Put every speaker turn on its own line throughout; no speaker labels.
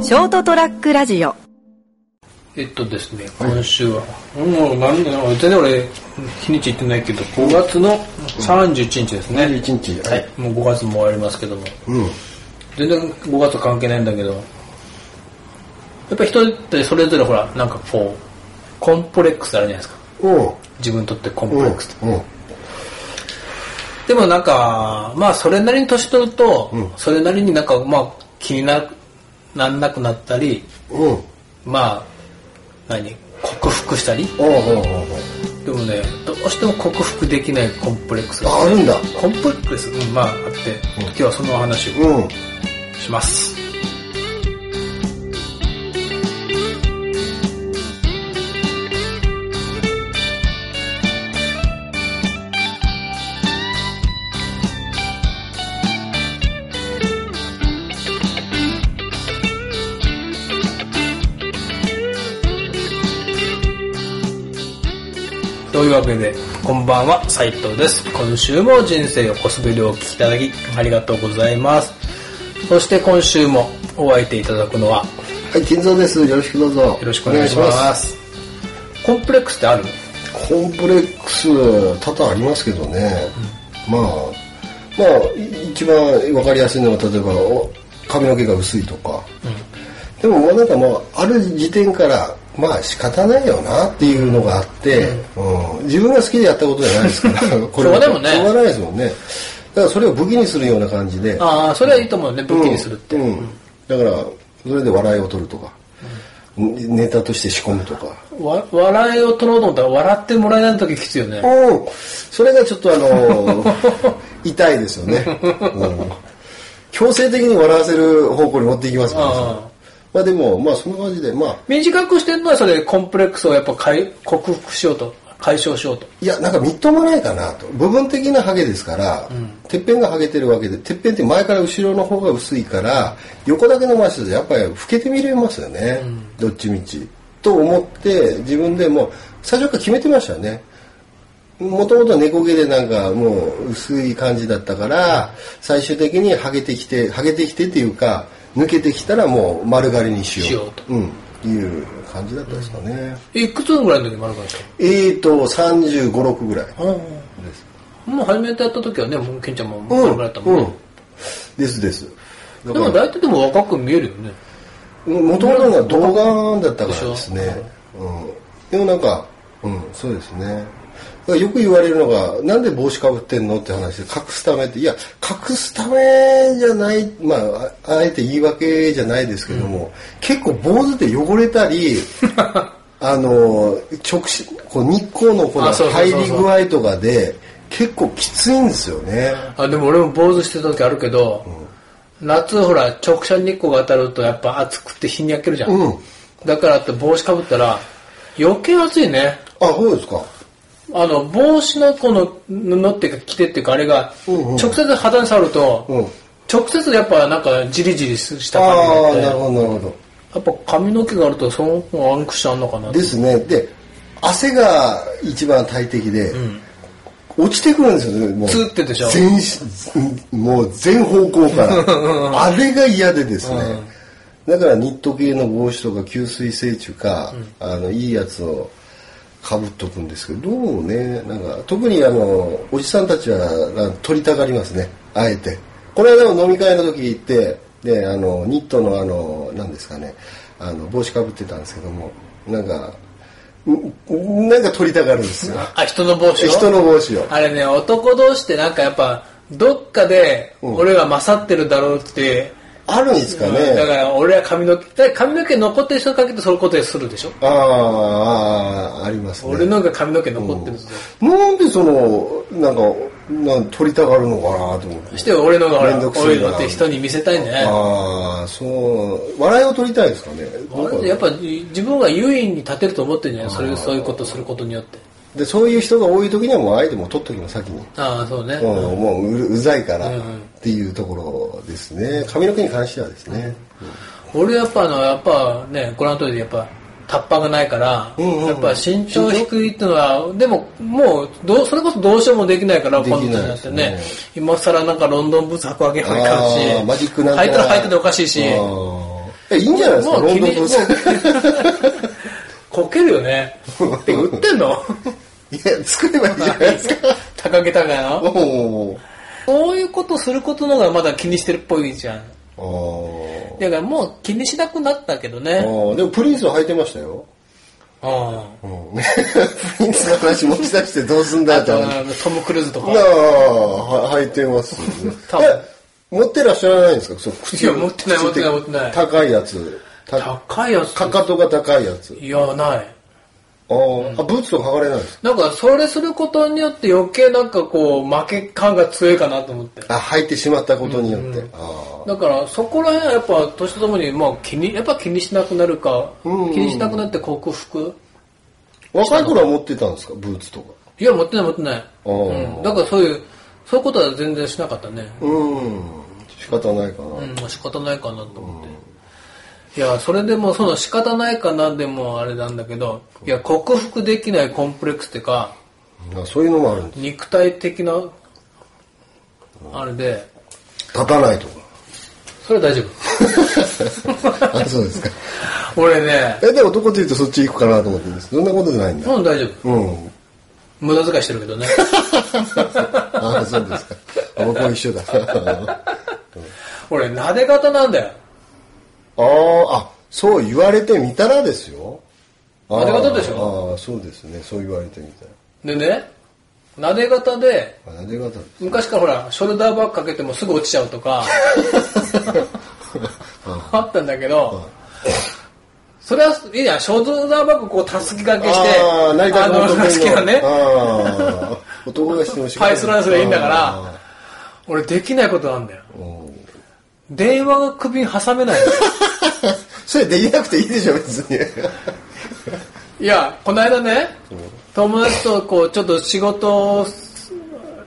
ショートトラックラジオ
えっとですね、今週は、もうなんだろう、全然俺、日にち言ってないけど、5月の31日ですね。
31日。はい。
もう5月も終わりますけども、
うん。
全然5月は関係ないんだけど、やっぱ人ってそれぞれほら、なんかこう、コンプレックスあるじゃないですか。
おう。
自分にとってコンプ
お
レッ
う
クスって。。
おう。
でもなんか、まあそれなりに年取ると、
うん
それなりになんかまあ気にななんなくなったり、
おう。
まあ、何、克服したり。
おうおうおうおう。
でもね、どうしても克服できないコンプレックスが
あ、あるんだ。
コンプレックス、うん、まああって、
うん
今日はそのお話を
うん。
します。というわけで、こんばんは、斉藤です。今週も人生をこすべりをお聞きいただき、ありがとうございます。そして今週もお相手いただくのは、
はい、金蔵です。よろしくどうぞ。よ
よろしくお願いします。コンプレックスってある
コンプレックス、多々ありますけどね。まあ、まあ、い一番わかりやすいのは、例えば、お髪の毛が薄いとか。でも、もうなんかもう、ある時点から、まあ仕方ないよなっていうのがあって、うん自分が好きでやったことじゃないで すから、こは
しょうがないもんね
しょうがないですもんね。だからそれを武器にするような感じで、
ああ、それはいいと思うね、武器にするって。
うんうんだからそれで笑いを取るとか、ネタとして仕込むとか
わ笑いを取ろうと思ったら笑ってもらえない時きついよね。
うんそれがちょっとあの 痛いですよね、うん強制的に笑わせる方向に持っていきますからね
ああ
まあでもまあそんな感じでまあ
短くしてるのはそれコンプレックスをやっぱ解克服しようと、解消しようと。
いやなんかみっともないかなと部分的なハゲですから、てっぺんがハゲてるわけでてっぺんって前から後ろの方が薄いから横だけの回しだとやっぱり老けて見れますよね、どっちみちと思って自分でもう最初から決めてましたよねもともと猫毛でなんかもう薄い感じだったから最終的にハゲてきてハゲてきてっていうか抜けてきたらもう丸刈りにしよう
しよう
うん、いう感じだったですかね、
いくつぐらいの時もあるかでし
えーと3 5 6ぐらいです
ょもう初めてやった時はね、もうケンちゃんも
う
丸
ん
くなったもんね。
ですです。
で
だから
も大体でも若く見えるよね。
元々が動画だったからですね。うん、でもなんか、うん、そうですね。だからよく言われるのが、なんで帽子かぶってんのって話で、隠すためって、いや、隠すためじゃない、まあ、ああえて言い訳じゃないですけども、結構坊主で汚れ たり、あの、直視、こう日光のこの
あそうそうそう
入
そう
り具合とかで、結構きついんですよね。
あでも俺も坊主してた時あるけど、夏ほら直射日光が当たるとやっぱ暑くて日に焼けるじゃん、
うん
だからって帽子かぶったら余計暑いね
あ、そうですか。
あの帽子のこの布っていうか着てっていうかあれが
うんうん
直接肌に触ると、
うん
直接やっぱなんかジリジリした感じ
ああ、
にな
な
って
るほど、なるほど。
やっぱ髪の毛があるとその方が暗くしちゃうのかなって
ですね。で、汗が一番大敵で、落ちてくるんですよね、もう。
ツーってでしょ
全身もう全方向から。 あれが嫌でですね。だからニット系の帽子とか吸水性中か、あの、いいやつをかぶっとくんですけど、どうもね、なんか、特にあの、おじさんたちは取りたがりますね、あえて。これはでも飲み会の時行って、で、あの、ニットのあの、なんですかね、あの、帽子かぶってたんですけども、なんか、んなんか取りたがるんですよ。
あ人の帽子を
人の帽子を。
あれね、男同士ってなんかやっぱ、どっかで、俺が勝ってるだろうって、
あるんですかね。
だから俺は髪の毛、だから髪の毛残ってる人にかけてそういうことするでしょ、
ああああ、ありますね。
俺のが髪の毛残ってるぞ。
なんでその、なんか、なん取りたがるのかなと思って
そし。て俺のがほ
めんど
ら、
く
こ
せ
う
えな
いうのって人に見せたいんじゃないあ
ああ、そう、笑いを取りたいですかね。
れってやっぱ自分が優位に立てると思ってんじゃないそれそういうことすることによって。
で、そういう人が多い時にはもう相手も取っときます、先に。
ああ、そうね。
うん、もううるうざいから
うんうん
っていうところですね。髪の毛に関してはですね。
俺やっぱあの、やっぱね、ご覧の通りでやっぱ、タッパがないから、
うんうんうん
やっぱ身長低いってのは、でももうどう、それこそどうしようもできないから、
でき
こ
ない
の人になってね
で、
今更なんかロンドンブーツ履くわけにもいかん
あー
し、
マジックなん
履いたら
か
履いたでおかしいし、
あーえいいんじゃないですか
もう
ロンドン
君
ブーツ
こけるよね。って売ってんの
いや作ればいいじゃないですか
高げ高や
お
な。
お
こういうことすることの方がまだ気にしてるっぽいじゃん。
あー
だからもう気にしなくなったけど
あ
ね。
ーでもプリンスは履いてましたよ、
うん。あ
うん、 プリンスの話持ち出してどうすんだよって
と
話
はトム・クルーズとか。
なあ、は履いてます。
多分
え、持ってらっしゃらないんですかそう、
いや持ってない
靴
持ってない持ってない
高いやつ。た
高いやつ。
かかとが高いやつ。
いや、ない。
あーあ、ブーツとか履かれないんですか
なんか、それすることによって余計なんかこう、負け感が強いかなと思って。
あ、履いてしまったことによって。あー
だから、そこら辺はやっぱ、年とともに、まあ、気に、やっぱ気にしなくなるか、
うん
気にしなくなって克服
若い頃は持ってたんですかブーツとか。
いや、持ってない持ってない。
あー
うん。だからそういう、そういうことは全然しなかったね。
うん。仕方ないかな。
うん、まあ仕方ないかなと思って。いや、それでも、その仕方ないかなでもあれなんだけど、いや、克服できないコンプレックスっていうか、
あそういうのもあるんです。
肉体的な、あれで、
立たないと
それは大丈夫。
か。あ、そうですか。
俺ね、
え、でもどこで言うとそっち行くかなと思ってるんです。そんなことじゃないんだ。
もう大丈夫。
うん。
無駄遣いしてるけど ね。
あ、そうですか。あ僕も一緒だ。
俺、撫で方なんだよ。
あーあ、そう言われてみたらですよ。
ありがたいでしょ
あーそうですね。そう言われてみた
でね、撫で方で、
ら。ありがたいです。
昔からほら、ショルダーバッグかけてもすぐ落ちちゃうと か、あったんだけど、それはいいじゃん、ショルダーバッグこうたすき掛けして、
ああ、成田
あの、たすきがね、
ああ、男がしてほしい。
パイスランスでいいんだから
あ
俺できないことなんだよ。
ー。うん
電話が首に挟め ないの。
それできなくていいでしょ、別に。
いや、この間ね、友達とこう、ちょっと仕事を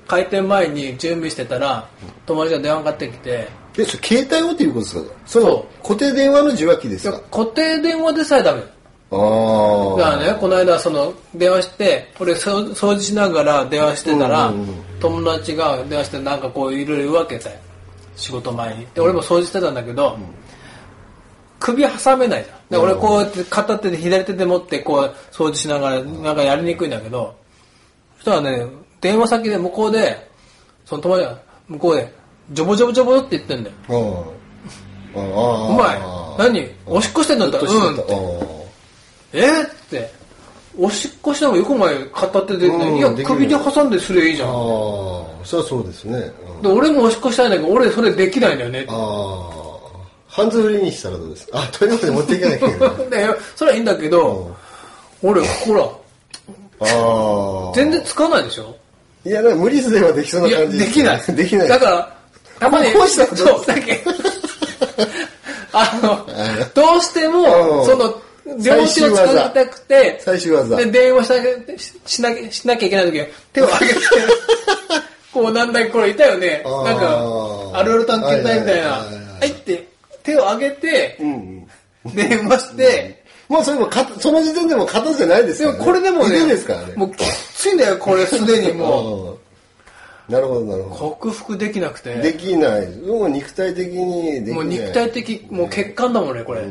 開店前に準備してたら、友達が電話かかってきて、
で、それ携帯をっていうことですかその固定電話の受話器で
い
す
や
か
固定電話でさえダメ。
あ
だ
あ。
からね、この間その電話して、俺そう掃除しながら電話してたら、友達が電話してなんかこういろいろ言うわけだよ。仕事前に。で、俺も掃除してたんだけど、首挟めないじゃん。で、俺こうやって片手で左手で持ってこう掃除しながらなんかやりにくいんだけど、そしたらね、電話先で向こうで、その友達が向こうで、ジョボジョボジョボって言ってんだよ。
うん。あーあ
お前、何おしっこしてんだったら、うんって。えー、って、おしっこしたのがよく前片手で、
うん
いや、
できるよ
首で挟んですりゃいいじゃ
あ
ん。
ーあー。そりゃそうですね。うん
で、俺もおしっこしたいんだけど、俺それできないんだよね。
ああ。ハンズフリーにしたらどうですかあ、トイレまで持っていかなきゃいけない。
で、それはいいんだけど、俺、ほら、
ああ。
全然つかないでしょ
いや、なんか無理すればできそう
い
な
や、
感じ
できない。
できない。
だから、たまに、
こうしたらど
そうう、だけ あの、どうしても、
うん
その、両手を使いたくて、
最終技
で、電話しなきゃししなきゃしなきゃいけない時は、手を上 げて、こう、なんだっけこれいたよね。
あー
なんか、あるある探検隊みたいな。
はいはいはいはい
はいって、手を上げて、
うんうん。
電話して、
もうそれもか、その時点でも型じゃないです
で
か
も
ら、ね。
これでもね、
腕ですからね。
もうきついんだよ、これすでにもう。
うんなるほど、なるほ
克服できなくて。
ど。できない。もう肉体的にできない。
もう肉体的、もう血管だもんね、これ。
い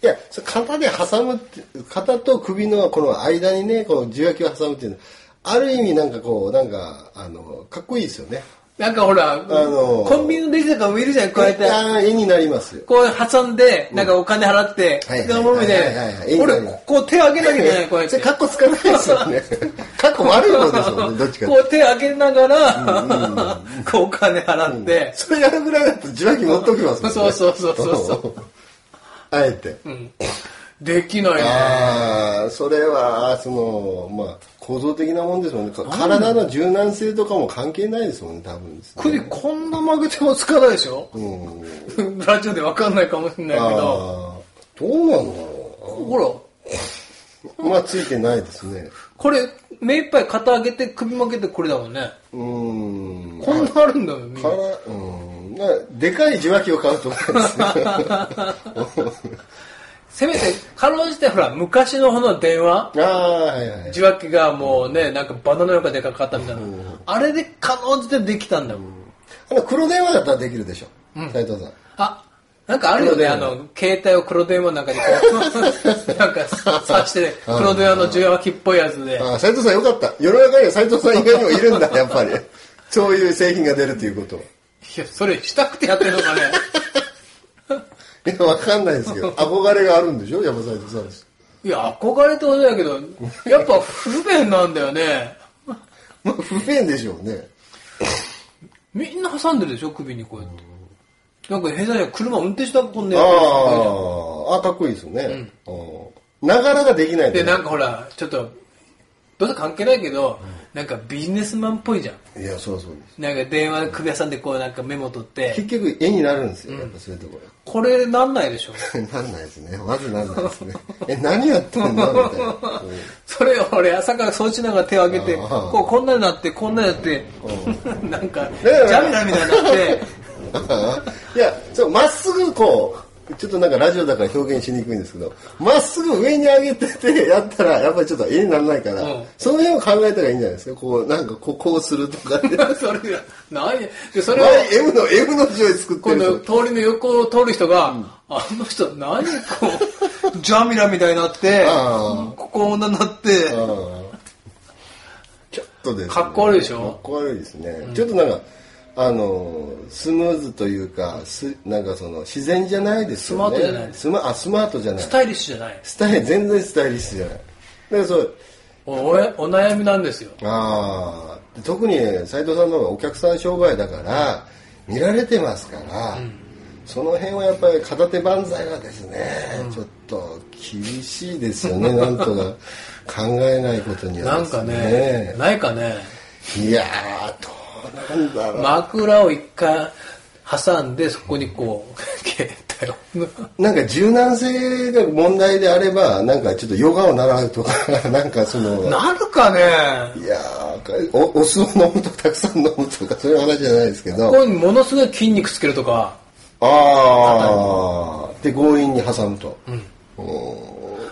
や、それ型で挟むって、型と首のこの間にね、この受話器を挟むっていうのある意味なんかこう、なんか、あの、かっこいいですよね。
なんかほら、
の
コンビニのレジとかもいるじゃん、こうやって。
ああ、絵になりますよ。
こう挟んで、なんかお金払って、
はいはい
でもみたい
はいはい
な
はいはい。
俺、こう手上げなきゃいけ ない、こうやっ
そ
て。
れカッコつかないですよ ね。カッコ悪い方ですよね、どっちかって
こう手上げながら、こうお金払って、
それやるぐらいだと受話器持っときますもんね。
そうそうそうそうそ
あえて。
できないね。
ああ、それは、その、まあ、構造的なもんですもんね。か体の柔軟性とかも関係ないですもんね、多分ですね、
首こんな曲げてもつかないでしょ
うん。
ラジオでわかんないかもしれないけど、
ああ、どうなんだろ
ほら、
うな。まあ、ついてないですね。
これ、目いっぱい肩上げて首曲げてこれだもんね。
うん。
こんなあるんだもん、みん
か
な
ら、うん。なでかい受話器を買うと思いますね。
せめて、かろうじてほら、昔のほの電話
ああ、はいはい。
受話器がもうね、なんかバナナよりかでかかったみたいな。あれでかろうじてできたんだもん。
あの黒電話だったらできるでしょ、斉藤さん
あ、なんかあるよね、あの、携帯を黒電話なんかにこ う、なんか刺して、黒電話の受話器っぽいやつで。
あ、斉藤さんよかった。世の中には斉藤さん以外にもいるんだ、 やっぱり。そういう製品が出るということは。
いや、それしたくてやってるのかね。
いや、わかんないです けど、憧れがあるんでしょ山斎藤さんです。
いや、憧れってことだけど、やっぱ不便なんだよね。
まあ、 不便でしょうね。
みんな挟んでるでしょ、首にこうやって。なんか下手じゃ車運転したこんね
あ
やつがいるじゃん
あ、あかっこいいですよね。うんなかなかできない
で、なん
か。
かほら、ちょっと、どうせ関係ないけど、なんかビジネスマンっぽいじゃん。
いや、そうそうです。
なんか電話首挟んでこうなんかメモ取って、
結局、絵になるんですよ、やっぱそういうところ。
これなんないでしょ。
なんないですね。まずなんないですね。 え、何やってんのみたいな。
それを俺朝からそうしながら手を挙げて、
あ
こ
ー
うこんなになって、こんなになって、 なんか、ジ
ら
ャミラみたいにな って、
いや、そう、まっすぐこう、ちょっとなんかラジオだから表現しにくいんですけど、まっすぐ上に上げててやったら、やっぱりちょっと絵にならないから、
うん
その辺を考えたらいいんじゃないですか。こう、なんかこう、こうすると かで。
それが、ないで、それを、
前 M の、M の字を作って
今
る
度
んですよ。
通りの横を通る人が、あの人何こう、ジャミラみたいになって
あ、
ここ女になって、
うんちょっとです、ね。
かっこ悪いでしょ
かっこ悪いですね。ちょっとなんか、あのスムーズというか、すなんかその自然じゃないです
スマー
よね。
トじゃない
スマあスマートじゃない
ス。タイリッシュじゃない。
スタイル全然スタイリッシュじゃない。だからそう
おおやお悩みなんですよ。
ああ特に斉藤さんの方がお客さん商売だから見られてますから、その辺はやっぱり片手万歳はですね、ちょっと厳しいですよねなんとか考えないことに
な
はで
んか
す
ね、
ね
ないかね、
いやーどうなんだろう、
枕を一回挟んで、そこにこう、 携帯を。
なんか柔軟性が問題であればなんかちょっとヨガを習うとかなんかその
なるかね、
いやーおお酢を飲むとかたくさん飲むとかそういう話じゃないですけど
ここにものすごい筋肉つけるとか、
ああ。で、強引に挟むと。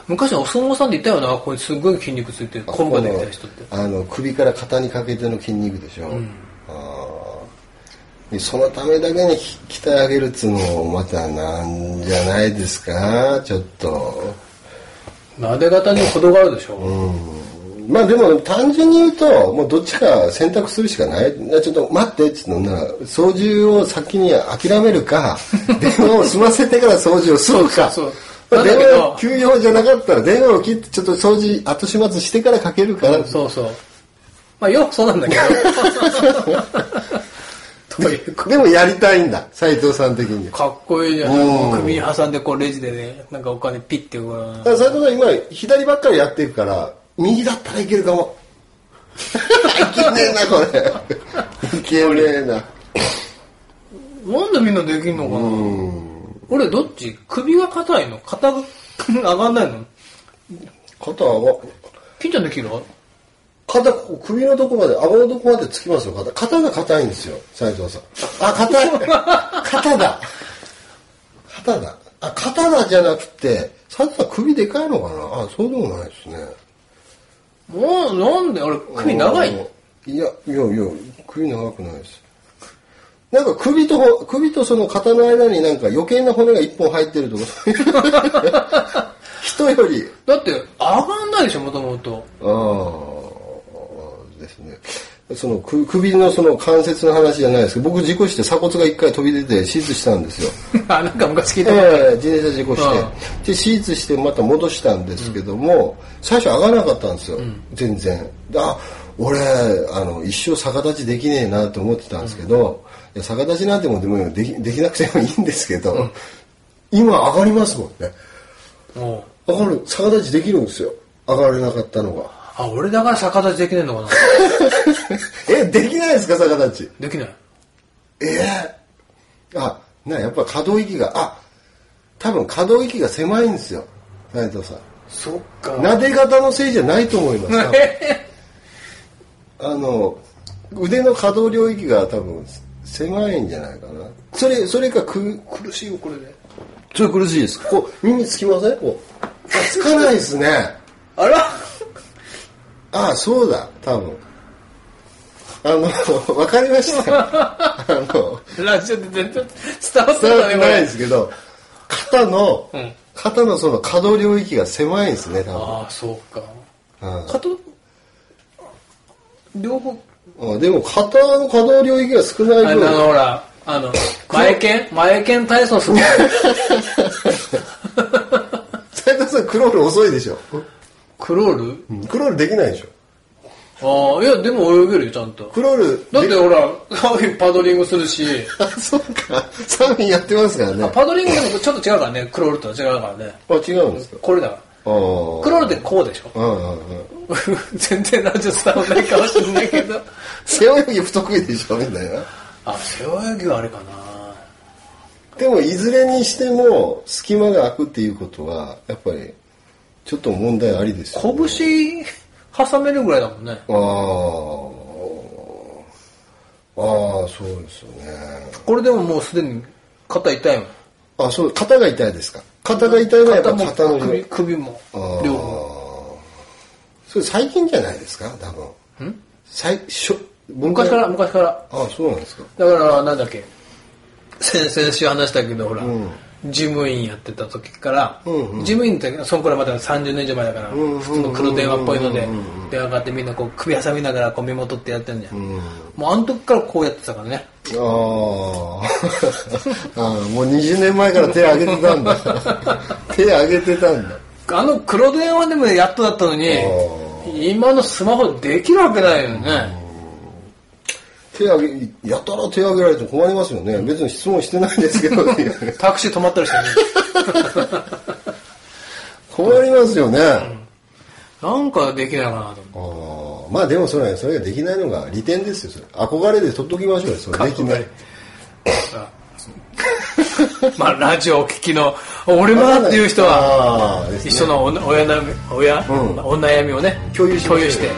昔お相撲さんでいたよな、ここにすごい筋肉ついてる、コンボができた人って。
あの、首から肩にかけての筋肉でしょ。あーでそのためだけにき鍛え上げるっつうのもまたなんじゃないですかちょっと。
撫で方にも程があるでしょ。
まあでも単純に言うと、もうどっちか選択するしかない。いやちょっと待ってっつうのなら、操縦を先に諦める か、電話を済ませてから掃除をするか。
そう
ま
そ
あ
うなんだ
電
けど
話を休養じゃなかったら電話を切ってちょっと掃除後始末してからかけるから、
そうそう。まあ、よくそうなんだ けど。というか
でもやりたいんだ斉藤さん的に
かっこいいじゃ
うん
ん。首に挟んで、こう、レジでね、なんかお金ピッてこう
だから斉藤さん今左ばっかりやってるから右だったらいける かもいけねえなこれいけねえな
なんでみんなできんのかな俺どっち首が硬いの肩が上がんないの
肩は
金ちゃんできるわ
肩ここ首のとこまで顎のとこまでつきますよ肩肩が硬いんですよ斉藤さん あ硬い肩だ肩だあ肩だじゃなくて斉藤さん首でかいのかなあそうでもないですね
もうなんで俺首長いの
いやいやいや首長くないですなんか首とほ首とその肩の間になんか余計な骨が一本入ってるとかそうい う人より
だって上がんないでしょもともと
ああですねそのく首のその関節の話じゃないですけど僕事故して鎖骨が一回飛び出て手術したんですよ
あなんか昔聞いた
ええ自転車事故して、
うん
で手術してまた戻したんですけども、最初上がらなかったんですよ、全然であ俺あの一生逆立ちできねえなと思ってたんですけど、いや逆立ちなんてもうでもできできなくてもいいんですけど、今上がりますもんね
もう
上がる逆立ちできるんですよ上がれなかったのが
あ俺だから逆立ちできないのかな
えできないですか逆立ち
できない
ええあなやっぱ可動域があ多分可動域が狭いんですよ斉藤さん
そっか
撫で方のせいじゃないと思います多分あの腕の可動領域が多分狭いんじゃないかなそれそれかく
苦しいよこれで
ちょっと苦しいですこう耳つきませんこうあつかないですね
あら
ああそうだ多分あの、わかりました。あの、
ラジオで全然伝わって
伝わ
た
っ
ね
て
こ
ないん
れ
ですけど、肩の、肩のその可動領域が狭いんですね、多
ああそうか
分。うん
かと両方
あでも肩の可動領域が少な
あ
い
れあの
分
ほらあの前剣前剣体操す る
斉藤さんクロール遅いでしょ
クロール
クロールできないでしょ
ああいやでも泳げるよちゃんと
クロール
だっ
で
てほらサーフ ィンパドリングするし
あ そうかサーフィンやってますからね
パドリングでもちょっと違うからねクロールとは違うからね
あ違うんですか
これだから
ああ
クロールってこうでしょ
うんうんうん
全然ラジオ伝わんないかもしれないけど
背泳ぎ不得意でしょみたいな
あ背泳ぎはあれかな
でもいずれにしても隙間が空くっていうことはやっぱりちょっと問題ありですよ、ね、
拳挟めるぐらいだもんね
ああああそうですよね
これでももうすでに肩痛いもん
あそう肩が痛いですか肩が痛いのはやっぱ
も
肩の
首首も
あ
両方
ーそれ最近じゃないですか多分ん最初
昔からら昔から
あそうなんですか
だからなんだっけ先々週話したけどほら、
うん
事務員やってた時から、
うんうん
事務員ってそんくらいまだ30年以上前だから、
んうん
普通の黒電話っぽいので、
うんうん
電話があってみんなこう首挟みながらこう目元ってやってんじゃん、
うん
もうあの時からこうやってたからね
あー あーもう20年前から手挙げてた んだ手挙げてたんだ
あの黒電話でもやっとだったのに
ー
今のスマホできるわけないよね
手挙げやたら手挙げられても困りますよね別に質問してないですけど
タクシー止まったりしてね
困りますよね、
なんかできないかなと思って
あーまあでもそれはそれができないのが利点ですよそれ憧れで取っときましょうよそれできない
さまあラジオをお聞きの俺もだっていう人は
あーですね
一緒のお親な親、
うん
お悩みをね
共有しましょうよ
して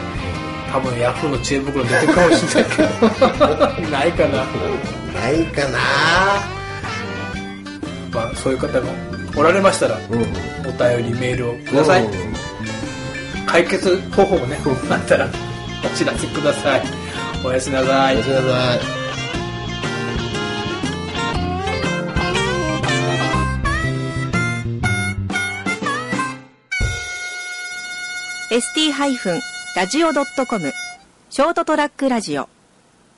多分ヤフーの知恵袋出てくるかもしれない けどないかな、
ないかな
まあ、そういう方がおられましたら、
うん
お便りメールをください、
うん
解決方法もねあったらお知らせくださいおやすみなさい
おやすみなさい
ー ST-radio.com ショートトラックラジオ